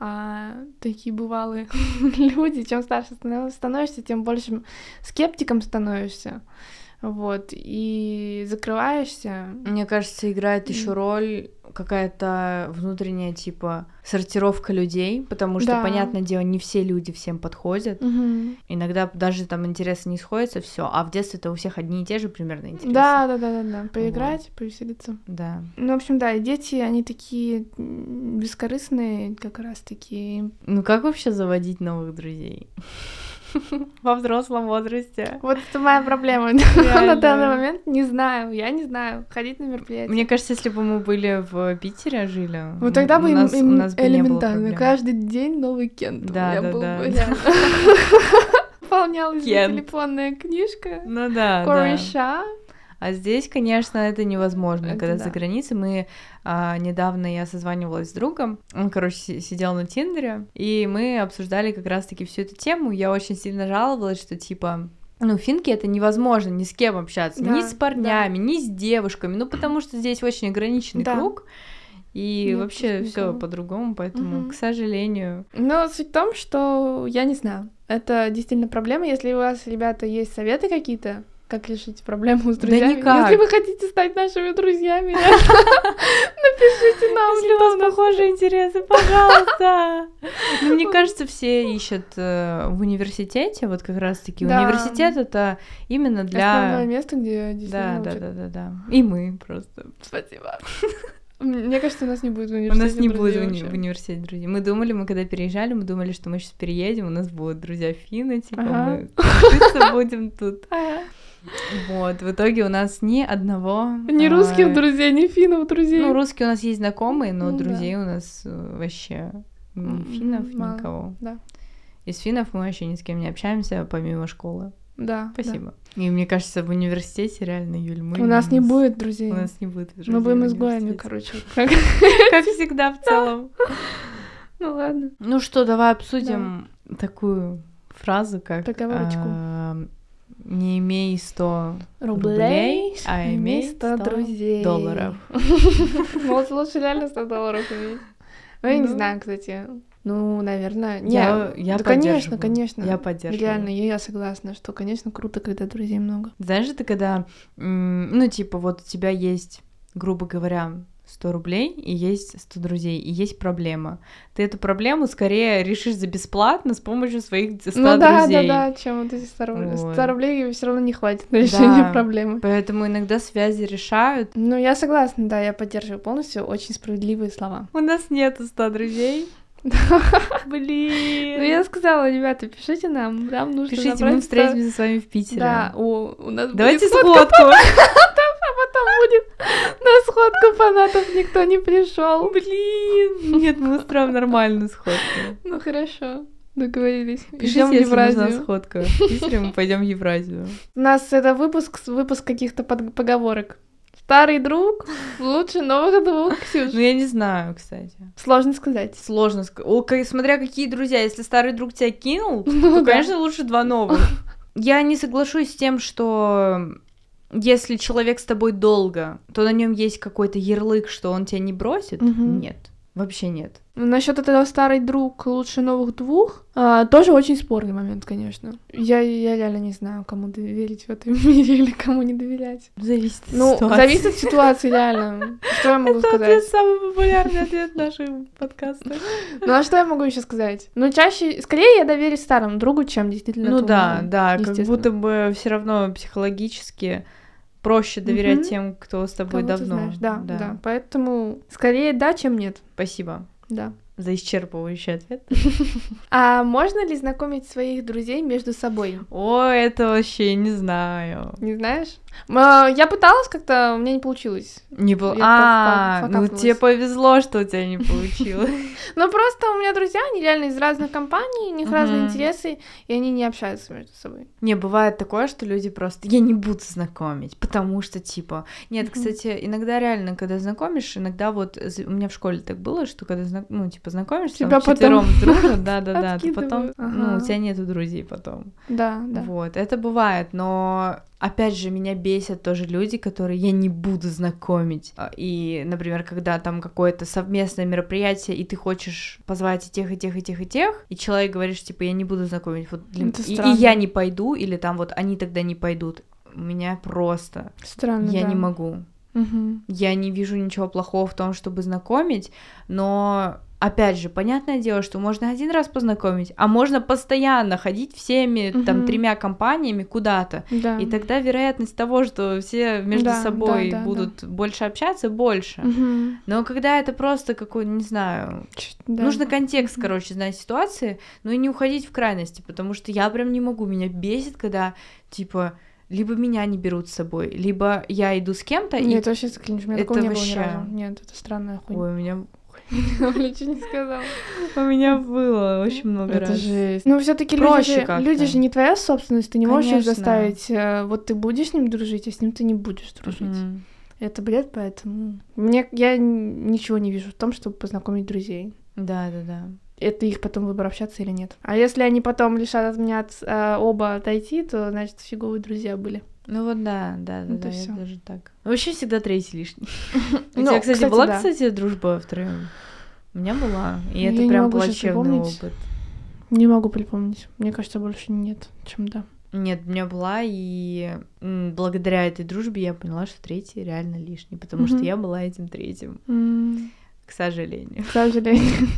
[SPEAKER 1] А такие бывалые люди, чем старше станов- становишься, тем большим скептиком становишься. Вот, и закрываешься.
[SPEAKER 2] Мне кажется, играет еще
[SPEAKER 1] М.
[SPEAKER 2] роль какая-то внутренняя, типа, сортировка людей, потому что,
[SPEAKER 1] Да.
[SPEAKER 2] понятное дело, не все люди всем подходят.
[SPEAKER 1] Мгм.
[SPEAKER 2] Иногда даже там интересы не сходятся, все. А в детстве это у всех одни и те же примерно интересы.
[SPEAKER 1] Да, да, да, да, да. Поиграть, повеселиться.
[SPEAKER 2] Да.
[SPEAKER 1] Ну, в общем, да, и дети, они такие м, бескорыстные, как раз таки.
[SPEAKER 2] Ну как вообще заводить новых друзей? Во взрослом возрасте.
[SPEAKER 1] Вот это моя проблема на
[SPEAKER 2] Реально.
[SPEAKER 1] данный момент. Не знаю, я не знаю, ходить на мероприятия.
[SPEAKER 2] Мне кажется, если бы мы были в Питере, жили,
[SPEAKER 1] Вот тогда
[SPEAKER 2] у
[SPEAKER 1] бы им-
[SPEAKER 2] нас- у
[SPEAKER 1] им
[SPEAKER 2] нас бы не было
[SPEAKER 1] элементарно.
[SPEAKER 2] проблем.
[SPEAKER 1] Каждый день новый Кент. у
[SPEAKER 2] Да,
[SPEAKER 1] меня
[SPEAKER 2] да,
[SPEAKER 1] был
[SPEAKER 2] да.
[SPEAKER 1] бы, реально. Пополнялась бы
[SPEAKER 2] Кент.
[SPEAKER 1] телефонная книжка.
[SPEAKER 2] Ну да, да.
[SPEAKER 1] Кореша.
[SPEAKER 2] А здесь, конечно, это невозможно,
[SPEAKER 1] Это
[SPEAKER 2] когда
[SPEAKER 1] да.
[SPEAKER 2] за границей. Мы а, недавно я созванивалась с другом, он, короче, си- сидел на Тиндере, и мы обсуждали как раз-таки всю эту тему. Я очень сильно жаловалась, что типа ну, финки это невозможно ни с кем общаться, ни
[SPEAKER 1] Да,
[SPEAKER 2] с парнями, ни с девушками, ну, потому что здесь очень ограниченный
[SPEAKER 1] Да. Ну,
[SPEAKER 2] круг, и
[SPEAKER 1] Нет,
[SPEAKER 2] вообще
[SPEAKER 1] здесь
[SPEAKER 2] все
[SPEAKER 1] никого.
[SPEAKER 2] по-другому, поэтому,
[SPEAKER 1] Мгм.
[SPEAKER 2] к сожалению.
[SPEAKER 1] Но суть в том, что я не знаю. Это действительно проблема. Если у вас, ребята, есть советы какие-то, Как решить проблему с
[SPEAKER 2] Да
[SPEAKER 1] друзьями?
[SPEAKER 2] никак.
[SPEAKER 1] Если вы хотите стать нашими друзьями, напишите нам.
[SPEAKER 2] Если у вас похожие интересы, пожалуйста. Ну, мне кажется, все ищут э, в университете, вот как раз-таки.
[SPEAKER 1] Да.
[SPEAKER 2] Университет это именно
[SPEAKER 1] Основное
[SPEAKER 2] для...
[SPEAKER 1] место, где
[SPEAKER 2] Да,
[SPEAKER 1] действительно
[SPEAKER 2] да,
[SPEAKER 1] учат.
[SPEAKER 2] да, да, да. И мы просто.
[SPEAKER 1] Спасибо. Мне кажется, у нас не будет
[SPEAKER 2] У
[SPEAKER 1] университета.
[SPEAKER 2] нас не будет в
[SPEAKER 1] друзей
[SPEAKER 2] уни- в
[SPEAKER 1] вообще.
[SPEAKER 2] университете друзей. Мы думали, мы когда переезжали, мы думали, что мы сейчас переедем, у нас будут друзья Фина, типа
[SPEAKER 1] Ага.
[SPEAKER 2] мы крутиться будем тут.
[SPEAKER 1] Ага.
[SPEAKER 2] Вот, в итоге у нас ни одного...
[SPEAKER 1] Ни
[SPEAKER 2] а,
[SPEAKER 1] русских друзей, ни финнов друзей.
[SPEAKER 2] Ну, русские у нас есть знакомые, но
[SPEAKER 1] Ну, да.
[SPEAKER 2] друзей у нас э, вообще м,
[SPEAKER 1] М,
[SPEAKER 2] финнов
[SPEAKER 1] мало,
[SPEAKER 2] никого.
[SPEAKER 1] да.
[SPEAKER 2] Из финнов мы вообще ни с кем не общаемся, помимо школы.
[SPEAKER 1] Да. да.
[SPEAKER 2] Спасибо. И мне кажется, в университете реально, Юль, мы...
[SPEAKER 1] У нас не будет друзей.
[SPEAKER 2] У нас не будет друзей
[SPEAKER 1] Мы
[SPEAKER 2] в
[SPEAKER 1] будем изгоями,
[SPEAKER 2] университете.
[SPEAKER 1] короче. Как-
[SPEAKER 2] Как всегда в целом.
[SPEAKER 1] Ну ладно.
[SPEAKER 2] Ну что, давай обсудим такую фразу, как...
[SPEAKER 1] Поговорочку.
[SPEAKER 2] а, Не имей 100
[SPEAKER 1] Рублей.
[SPEAKER 2] а имей 100
[SPEAKER 1] друзей.
[SPEAKER 2] долларов.
[SPEAKER 1] Ну вот лучше реально 100 долларов иметь. Ну, я не
[SPEAKER 2] Ну.
[SPEAKER 1] знаю, кстати. Ну, наверное. Не,
[SPEAKER 2] Я- я
[SPEAKER 1] да, конечно,
[SPEAKER 2] поддерживаю.
[SPEAKER 1] конечно.
[SPEAKER 2] Я поддерживаю.
[SPEAKER 1] Реально, я, я согласна, что, конечно, круто, когда друзей много.
[SPEAKER 2] Знаешь, это когда, м, ну, типа, вот у тебя есть, грубо говоря, 100 рублей, и есть 100 друзей, и есть проблема. Ты эту проблему скорее решишь за бесплатно с помощью своих 100
[SPEAKER 1] ну да,
[SPEAKER 2] друзей.
[SPEAKER 1] да, да, чем вот эти 100 рублей. 100
[SPEAKER 2] Вот.
[SPEAKER 1] рублей все равно не хватит на решение
[SPEAKER 2] Да.
[SPEAKER 1] проблемы.
[SPEAKER 2] Поэтому иногда связи решают.
[SPEAKER 1] Ну, я согласна, да, я поддерживаю полностью. Очень справедливые слова.
[SPEAKER 2] У нас нету 100 друзей.
[SPEAKER 1] Ну, я
[SPEAKER 2] Блин.
[SPEAKER 1] сказала, ребята, пишите нам, нам нужно
[SPEAKER 2] Пишите,
[SPEAKER 1] набрать 100.
[SPEAKER 2] мы встретимся с вами в Питере.
[SPEAKER 1] Да, о, у нас
[SPEAKER 2] Давайте
[SPEAKER 1] будет сходка,
[SPEAKER 2] сходку.
[SPEAKER 1] а потом будет на сходку фанатов никто не пришел.
[SPEAKER 2] Блин. Нет, мы устроим нормальную сходку.
[SPEAKER 1] Ну хорошо, договорились.
[SPEAKER 2] Пишите,
[SPEAKER 1] Идем в
[SPEAKER 2] если нужна
[SPEAKER 1] Евразию.
[SPEAKER 2] сходка. В Питере мы пойдем в Евразию.
[SPEAKER 1] У нас это выпуск, выпуск каких-то под- поговорок. Старый друг лучше новых двух, Ксюш.
[SPEAKER 2] Ну, я не знаю, кстати.
[SPEAKER 1] Сложно сказать.
[SPEAKER 2] Сложно сказать. О, ка- смотря какие друзья. Если старый друг тебя кинул,
[SPEAKER 1] Ну
[SPEAKER 2] то,
[SPEAKER 1] да.
[SPEAKER 2] конечно, лучше два новых. Я не соглашусь с тем, что если человек с тобой долго, то на нем есть какой-то ярлык, что он тебя не бросит.
[SPEAKER 1] Мгм.
[SPEAKER 2] Нет. Вообще нет.
[SPEAKER 1] Насчет этого старый друг лучше новых двух а, тоже очень спорный момент, конечно. Я, я реально не знаю, кому доверить в этом мире или кому не доверять.
[SPEAKER 2] Зависит от
[SPEAKER 1] Ну,
[SPEAKER 2] ситуации.
[SPEAKER 1] зависит от ситуации, реально. Что я могу
[SPEAKER 2] Это
[SPEAKER 1] сказать?
[SPEAKER 2] ответ, самый популярный ответ нашего подкаста.
[SPEAKER 1] Ну, а что я могу еще сказать? Ну, чаще, скорее я доверюсь старому другу, чем действительно
[SPEAKER 2] Ну
[SPEAKER 1] этому
[SPEAKER 2] да,
[SPEAKER 1] новому.
[SPEAKER 2] да, как
[SPEAKER 1] естественно.
[SPEAKER 2] будто бы все равно психологически проще доверять
[SPEAKER 1] Мгм.
[SPEAKER 2] тем, кто с тобой
[SPEAKER 1] Кого ты
[SPEAKER 2] давно.
[SPEAKER 1] знаешь, Да, да, Поэтому скорее да, чем нет.
[SPEAKER 2] Спасибо
[SPEAKER 1] Да.
[SPEAKER 2] за исчерпывающий ответ.
[SPEAKER 1] А можно ли знакомить своих друзей между собой?
[SPEAKER 2] О, это вообще не знаю.
[SPEAKER 1] Не знаешь? М, э, Я пыталась как-то, у меня не получилось.
[SPEAKER 2] Не было.
[SPEAKER 1] Я
[SPEAKER 2] А,
[SPEAKER 1] пофа-
[SPEAKER 2] ну
[SPEAKER 1] факапнулась.
[SPEAKER 2] тебе повезло, что у тебя не получилось.
[SPEAKER 1] Но просто у меня друзья, они реально из разных компаний, у них разные
[SPEAKER 2] Мгм.
[SPEAKER 1] интересы, и они не общаются между собой.
[SPEAKER 2] Не, бывает такое, что люди просто, я не буду знакомить, потому что, типа... Нет,
[SPEAKER 1] Мгм.
[SPEAKER 2] кстати, иногда реально, когда знакомишь, иногда вот... з- У меня в школе так было, что когда, зна- ну, типа, знакомишься,
[SPEAKER 1] Тебя
[SPEAKER 2] там
[SPEAKER 1] потом
[SPEAKER 2] вчетвером дружат, да-да-да, ты потом...
[SPEAKER 1] откидывают.
[SPEAKER 2] Ну, у
[SPEAKER 1] Ага.
[SPEAKER 2] тебя нету друзей потом.
[SPEAKER 1] Да, да.
[SPEAKER 2] Вот, это бывает, но... Опять же, меня бесят тоже люди, которые я не буду знакомить. А, И, например, когда там какое-то совместное мероприятие, и ты хочешь позвать и тех, и тех, и тех, и тех, и человек говоришь, типа, я не буду знакомить, вот для-
[SPEAKER 1] Это
[SPEAKER 2] и, и
[SPEAKER 1] странно.
[SPEAKER 2] я не пойду, или там вот они тогда не пойдут. У меня просто...
[SPEAKER 1] Странно.
[SPEAKER 2] я
[SPEAKER 1] Ну да.
[SPEAKER 2] не могу.
[SPEAKER 1] Мгм.
[SPEAKER 2] Я не вижу ничего плохого в том, чтобы знакомить, но опять же, понятное дело, что можно один раз познакомить, а можно постоянно ходить всеми там
[SPEAKER 1] Мгм.
[SPEAKER 2] тремя компаниями куда-то.
[SPEAKER 1] Да.
[SPEAKER 2] И тогда вероятность того, что все между
[SPEAKER 1] Да,
[SPEAKER 2] собой
[SPEAKER 1] да, да,
[SPEAKER 2] будут больше общаться, больше.
[SPEAKER 1] Мгм.
[SPEAKER 2] Но когда это просто какой, не знаю,
[SPEAKER 1] Чё- да.
[SPEAKER 2] нужно контекст,
[SPEAKER 1] Мгм.
[SPEAKER 2] короче, знать ситуации, но и не уходить в крайности, потому что я прям не могу, меня бесит, когда типа либо меня не берут с собой, либо я иду с кем-то
[SPEAKER 1] Нет,
[SPEAKER 2] и
[SPEAKER 1] Ну, это вообще заклинишь, у меня
[SPEAKER 2] это
[SPEAKER 1] такого не
[SPEAKER 2] вообще-
[SPEAKER 1] было ни разу. Нет, это странная хуйня.
[SPEAKER 2] Ой, у меня
[SPEAKER 1] Я ничего не сказала.
[SPEAKER 2] У меня было очень много
[SPEAKER 1] Это
[SPEAKER 2] раз.
[SPEAKER 1] жесть. Ну, все-таки люди,
[SPEAKER 2] Проще
[SPEAKER 1] же,
[SPEAKER 2] как-то.
[SPEAKER 1] люди же не твоя собственность, ты не можешь их
[SPEAKER 2] Конечно.
[SPEAKER 1] заставить. э, Вот ты будешь с ним дружить, а с ним ты не будешь дружить.
[SPEAKER 2] Мгм.
[SPEAKER 1] Это бред, поэтому. Мне я н- ничего не вижу в том, чтобы познакомить друзей.
[SPEAKER 2] Да, да, да.
[SPEAKER 1] Это их потом выбор общаться или нет. А если они потом решат от меня от- э, оба отойти, то значит фиговые друзья были.
[SPEAKER 2] Ну вот да, да, да,
[SPEAKER 1] Ну,
[SPEAKER 2] да,
[SPEAKER 1] это
[SPEAKER 2] я
[SPEAKER 1] всё.
[SPEAKER 2] даже так. Вообще всегда третий лишний. У
[SPEAKER 1] Ну,
[SPEAKER 2] тебя, кстати,
[SPEAKER 1] кстати,
[SPEAKER 2] была,
[SPEAKER 1] да.
[SPEAKER 2] кстати, дружба втроем? У меня была, и
[SPEAKER 1] Ну, я
[SPEAKER 2] это
[SPEAKER 1] не
[SPEAKER 2] прям
[SPEAKER 1] могу щас
[SPEAKER 2] плачевный
[SPEAKER 1] вспомнить.
[SPEAKER 2] опыт.
[SPEAKER 1] Не могу припомнить. Мне кажется, больше нет, чем да.
[SPEAKER 2] Нет, у меня была, и м, благодаря этой дружбе я поняла, что третий реально лишний, потому что
[SPEAKER 1] Мгм.
[SPEAKER 2] я была этим третьим,
[SPEAKER 1] М,
[SPEAKER 2] к сожалению.
[SPEAKER 1] К сожалению.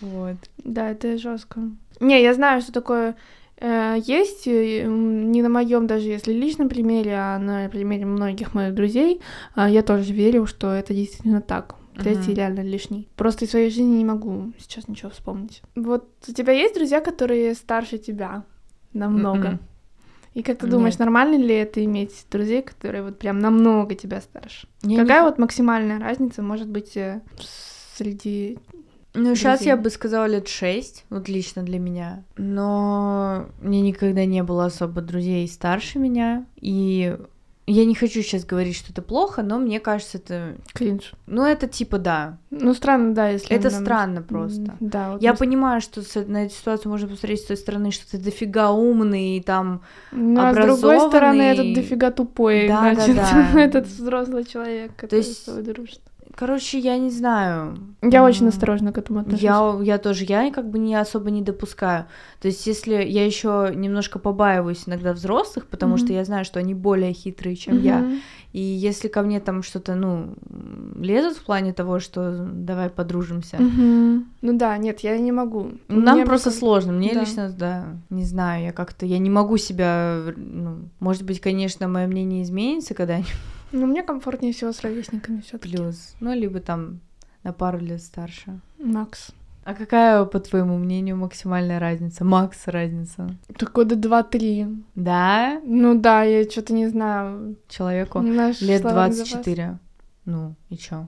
[SPEAKER 2] Вот.
[SPEAKER 1] Да, это жестко. Не, я знаю, что такое э, есть, э, м, не на моем даже, если личном примере, а на примере многих моих друзей, а, я тоже верю, что это действительно так. Третий
[SPEAKER 2] Мгм.
[SPEAKER 1] реально лишний. Просто из своей жизни не могу сейчас ничего вспомнить. Вот у тебя есть друзья, которые старше тебя намного?
[SPEAKER 2] М-м.
[SPEAKER 1] И как ты
[SPEAKER 2] Нет.
[SPEAKER 1] думаешь, нормально ли это иметь друзей, которые вот прям намного тебя старше?
[SPEAKER 2] Я не
[SPEAKER 1] Какая вот максимальная разница может быть э, среди...
[SPEAKER 2] Ну, сейчас
[SPEAKER 1] друзей?
[SPEAKER 2] я бы сказала лет шесть, вот лично для меня. Но мне никогда не было особо друзей старше меня. И я не хочу сейчас говорить, что это плохо, но мне кажется, это...
[SPEAKER 1] Кринж.
[SPEAKER 2] Ну, это типа да.
[SPEAKER 1] Ну, странно, да, если...
[SPEAKER 2] Это
[SPEAKER 1] нам-
[SPEAKER 2] странно просто.
[SPEAKER 1] М, Да, вот
[SPEAKER 2] Я
[SPEAKER 1] мы с-
[SPEAKER 2] понимаю, что с- на эту ситуацию можно посмотреть с той стороны, что ты дофига умный и там...
[SPEAKER 1] Ну, а с другой стороны,
[SPEAKER 2] образованный-
[SPEAKER 1] этот дофига тупой,
[SPEAKER 2] Да, да,
[SPEAKER 1] значит,
[SPEAKER 2] да.
[SPEAKER 1] этот взрослый человек, который
[SPEAKER 2] есть-
[SPEAKER 1] с тобой дружит.
[SPEAKER 2] Короче, я не знаю.
[SPEAKER 1] Я очень
[SPEAKER 2] М.
[SPEAKER 1] осторожно к этому отношусь.
[SPEAKER 2] Я, я тоже, я как бы не особо не допускаю. То есть, если я еще немножко побаиваюсь иногда взрослых, потому
[SPEAKER 1] Мгм.
[SPEAKER 2] что я знаю, что они более хитрые, чем я.
[SPEAKER 1] Мгм.
[SPEAKER 2] И если ко мне там что-то, ну, м, лезут в плане того, что давай подружимся.
[SPEAKER 1] Мгм. Ну да, нет, я не могу.
[SPEAKER 2] ну, Нам
[SPEAKER 1] Мне
[SPEAKER 2] просто
[SPEAKER 1] бы-
[SPEAKER 2] сложно. Мне
[SPEAKER 1] да.
[SPEAKER 2] лично, да, не знаю, я как-то, я не могу себя, ну, может быть, конечно, мое мнение изменится когда-нибудь
[SPEAKER 1] Ну, мне комфортнее всего с ровесниками все таки
[SPEAKER 2] плюс, ну, либо там на пару лет старше.
[SPEAKER 1] Макс.
[SPEAKER 2] А какая, по твоему мнению, максимальная разница? Макс разница?
[SPEAKER 1] Так года два-три.
[SPEAKER 2] Да?
[SPEAKER 1] Ну да, я что-то не знаю.
[SPEAKER 2] человеку
[SPEAKER 1] Наш
[SPEAKER 2] лет
[SPEAKER 1] словарный
[SPEAKER 2] 24. Ну, и чё?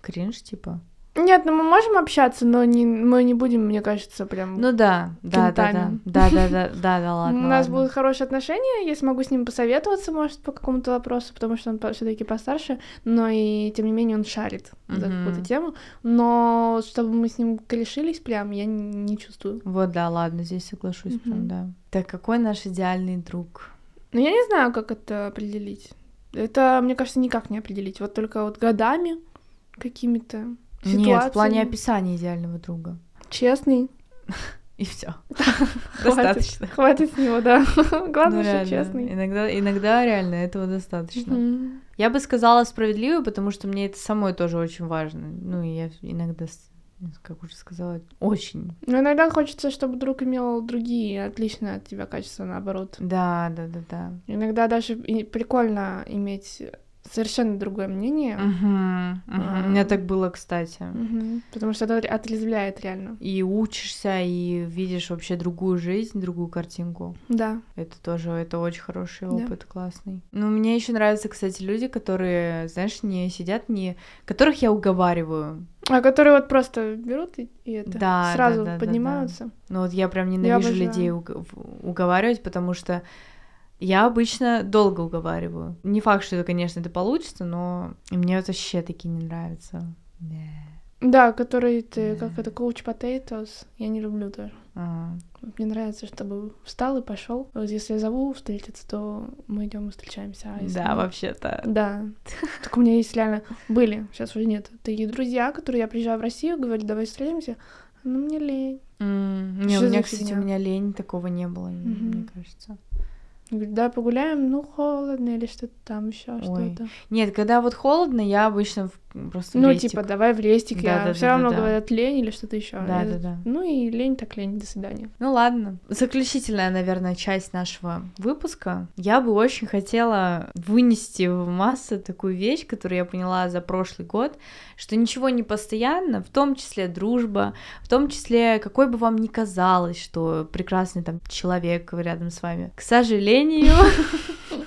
[SPEAKER 2] Кринж, типа?
[SPEAKER 1] запас. Нет, ну мы можем общаться, но не, мы не будем, мне кажется, прям...
[SPEAKER 2] Ну да, да, да, да,
[SPEAKER 1] Кентами.
[SPEAKER 2] да, да, да, да, да, ладно.
[SPEAKER 1] У нас
[SPEAKER 2] ладно.
[SPEAKER 1] будут хорошие отношения, я смогу с ним посоветоваться, может, по какому-то вопросу, потому что он все таки постарше, но и, тем не менее, он шарит за
[SPEAKER 2] Мгм.
[SPEAKER 1] какую-то тему, но чтобы мы с ним корешились прям, я н- не чувствую.
[SPEAKER 2] Вот, да, ладно, здесь соглашусь, прям,
[SPEAKER 1] Мгм.
[SPEAKER 2] да. Так, какой наш идеальный друг?
[SPEAKER 1] Но я не знаю, как это определить. Это, мне кажется, никак не определить, вот только вот годами какими-то
[SPEAKER 2] Нет, в плане
[SPEAKER 1] ситуациями.
[SPEAKER 2] описания идеального друга.
[SPEAKER 1] Честный,
[SPEAKER 2] И все.
[SPEAKER 1] Хватит,
[SPEAKER 2] Достаточно.
[SPEAKER 1] хватит с него, да.
[SPEAKER 2] Ну,
[SPEAKER 1] Главное, что
[SPEAKER 2] реально,
[SPEAKER 1] честный.
[SPEAKER 2] Иногда, иногда реально этого достаточно.
[SPEAKER 1] Мгм.
[SPEAKER 2] Я бы сказала справедливый, потому что мне это самой тоже очень важно. Ну, и я иногда, с- как уже сказала, очень.
[SPEAKER 1] Но иногда хочется, чтобы друг имел другие отличные от тебя качества, наоборот.
[SPEAKER 2] Да, да, да, да.
[SPEAKER 1] Иногда даже и прикольно иметь совершенно другое мнение,
[SPEAKER 2] Мгм, мгм. У
[SPEAKER 1] Эм.
[SPEAKER 2] меня так было, кстати.
[SPEAKER 1] Мгм. потому что это ре- отрезвляет реально.
[SPEAKER 2] И учишься, и видишь вообще другую жизнь, другую картинку.
[SPEAKER 1] Да.
[SPEAKER 2] Это тоже, это очень хороший
[SPEAKER 1] Да.
[SPEAKER 2] опыт, классный. Ну, мне еще нравятся, кстати, люди, которые, знаешь, не сидят, не... Которых я уговариваю.
[SPEAKER 1] А которые вот просто берут и, и это
[SPEAKER 2] Да,
[SPEAKER 1] сразу
[SPEAKER 2] да, да, да,
[SPEAKER 1] поднимаются.
[SPEAKER 2] Но Ну, вот я прям ненавижу
[SPEAKER 1] обожаю.
[SPEAKER 2] людей уг- в- уговаривать, потому что я обычно долго уговариваю. Не факт, что это, конечно, это получится, но мне вот вообще такие не нравятся. Не.
[SPEAKER 1] да. которые ты, как это, коуч potatoes, я не люблю тоже.
[SPEAKER 2] А.
[SPEAKER 1] Вот Мне нравится, чтобы встал и пошел. Вот если я зову встретиться, то мы идем и встречаемся. А если
[SPEAKER 2] Да,
[SPEAKER 1] нет-
[SPEAKER 2] вообще-то.
[SPEAKER 1] Да. Так у меня есть реально были, сейчас уже нет. Такие друзья, которые я приезжаю в Россию, говорю, давай встретимся. Ну, мне лень.
[SPEAKER 2] М, Не, у
[SPEAKER 1] Что
[SPEAKER 2] меня,
[SPEAKER 1] за
[SPEAKER 2] кстати, у
[SPEAKER 1] фигня?
[SPEAKER 2] меня лень такого не было, м, мне
[SPEAKER 1] Мгм.
[SPEAKER 2] кажется.
[SPEAKER 1] Я говорю, да, погуляем, ну, холодно или что-то там еще,
[SPEAKER 2] Ой,
[SPEAKER 1] что-то.
[SPEAKER 2] Нет, когда вот холодно, я обычно в- просто в
[SPEAKER 1] Ну,
[SPEAKER 2] лестик.
[SPEAKER 1] типа, давай в рестик,
[SPEAKER 2] Да,
[SPEAKER 1] я
[SPEAKER 2] да,
[SPEAKER 1] все
[SPEAKER 2] да, да,
[SPEAKER 1] равно
[SPEAKER 2] да.
[SPEAKER 1] говорят лень или что-то еще.
[SPEAKER 2] Да, да, да.
[SPEAKER 1] Ну и лень так лень, до свидания.
[SPEAKER 2] Ну ладно. Заключительная, наверное, часть нашего выпуска. Я бы очень хотела вынести в массы такую вещь, которую я поняла за прошлый год, что ничего не постоянно, в том числе дружба, в том числе, какой бы вам ни казалось, что прекрасный там человек рядом с вами. К сожалению,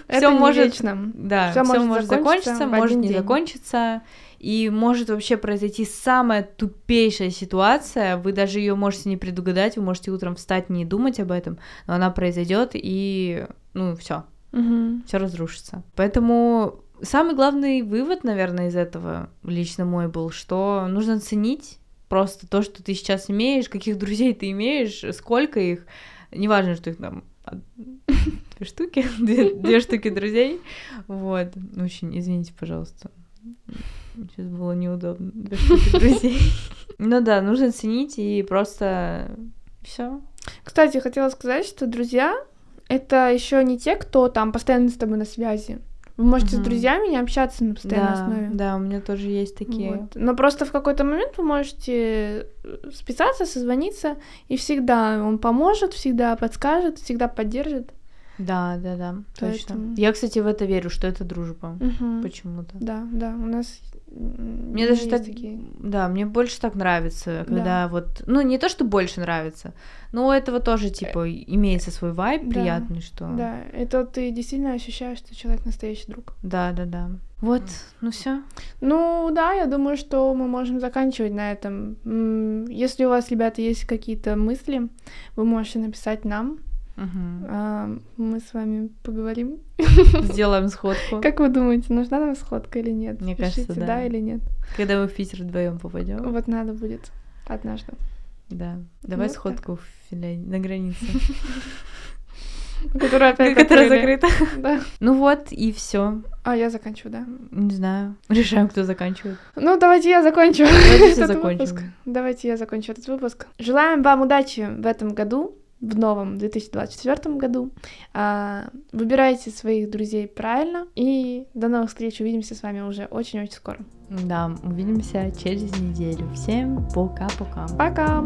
[SPEAKER 1] Это не
[SPEAKER 2] может
[SPEAKER 1] вечно.
[SPEAKER 2] Да, все
[SPEAKER 1] Всё
[SPEAKER 2] может,
[SPEAKER 1] может закончиться
[SPEAKER 2] закончиться,
[SPEAKER 1] в
[SPEAKER 2] может
[SPEAKER 1] один
[SPEAKER 2] не
[SPEAKER 1] день.
[SPEAKER 2] закончиться, и может вообще произойти самая тупейшая ситуация. Вы даже ее можете не предугадать, вы можете утром встать не думать об этом, но она произойдет, и ну все,
[SPEAKER 1] Мгм.
[SPEAKER 2] все разрушится. Поэтому самый главный вывод, наверное, из этого лично мой был, что нужно ценить просто то, что ты сейчас имеешь, каких друзей ты имеешь, сколько их, неважно, что их там од- две штуки, две, две штуки друзей, вот, очень, извините, пожалуйста, сейчас было неудобно, две штуки друзей. Ну да, нужно ценить и просто все.
[SPEAKER 1] Кстати, хотела сказать, что друзья это еще не те, кто там постоянно с тобой на связи. Вы можете
[SPEAKER 2] Мгм.
[SPEAKER 1] с друзьями не общаться на постоянной
[SPEAKER 2] да,
[SPEAKER 1] основе.
[SPEAKER 2] да, у меня тоже есть такие.
[SPEAKER 1] Вот. Но просто в какой-то момент вы можете э, списаться, созвониться, и всегда он поможет, всегда подскажет, всегда поддержит.
[SPEAKER 2] Да, да, да, точно.
[SPEAKER 1] Поэтому-
[SPEAKER 2] Я, кстати, в это верю, что это дружба.
[SPEAKER 1] Мгм.
[SPEAKER 2] Почему-то.
[SPEAKER 1] Да, да, у нас м,
[SPEAKER 2] Мне даже
[SPEAKER 1] есть
[SPEAKER 2] так,
[SPEAKER 1] такие.
[SPEAKER 2] да, мне больше так нравится, когда вот, ну не то, что больше нравится, но у этого тоже типа имеется свой вайб
[SPEAKER 1] Э, да,
[SPEAKER 2] приятный, что.
[SPEAKER 1] Да, это ты действительно ощущаешь, что человек настоящий друг.
[SPEAKER 2] да, да, да. Вот, ну все.
[SPEAKER 1] Ну да, я думаю, что мы можем заканчивать на этом. М, Если у вас, ребята, есть какие-то мысли, вы можете написать нам. А, Мы с вами поговорим.
[SPEAKER 2] Сделаем сходку,
[SPEAKER 1] Как вы думаете, нужна нам сходка или нет?
[SPEAKER 2] Мне
[SPEAKER 1] Пишите,
[SPEAKER 2] кажется, да.
[SPEAKER 1] да или нет.
[SPEAKER 2] когда мы в Питер вдвоем попадем.
[SPEAKER 1] Вот надо будет однажды.
[SPEAKER 2] Да. Давай
[SPEAKER 1] Вот
[SPEAKER 2] сходку в Финляндии на границе,
[SPEAKER 1] Которая опять
[SPEAKER 2] которая
[SPEAKER 1] закрыли.
[SPEAKER 2] закрыта.
[SPEAKER 1] Да.
[SPEAKER 2] Ну вот и все.
[SPEAKER 1] А, я заканчиваю, да.
[SPEAKER 2] Не знаю. Решаем, кто заканчивает.
[SPEAKER 1] Ну, давайте я закончу.
[SPEAKER 2] Давайте все
[SPEAKER 1] этот
[SPEAKER 2] закончим.
[SPEAKER 1] выпуск. Давайте я закончу этот выпуск. Желаем вам удачи в этом году, в новом 2024 году. А, Выбирайте своих друзей правильно. И до новых встреч. Увидимся с вами уже очень-очень скоро.
[SPEAKER 2] Да, увидимся через неделю. Всем пока-пока.
[SPEAKER 1] Пока!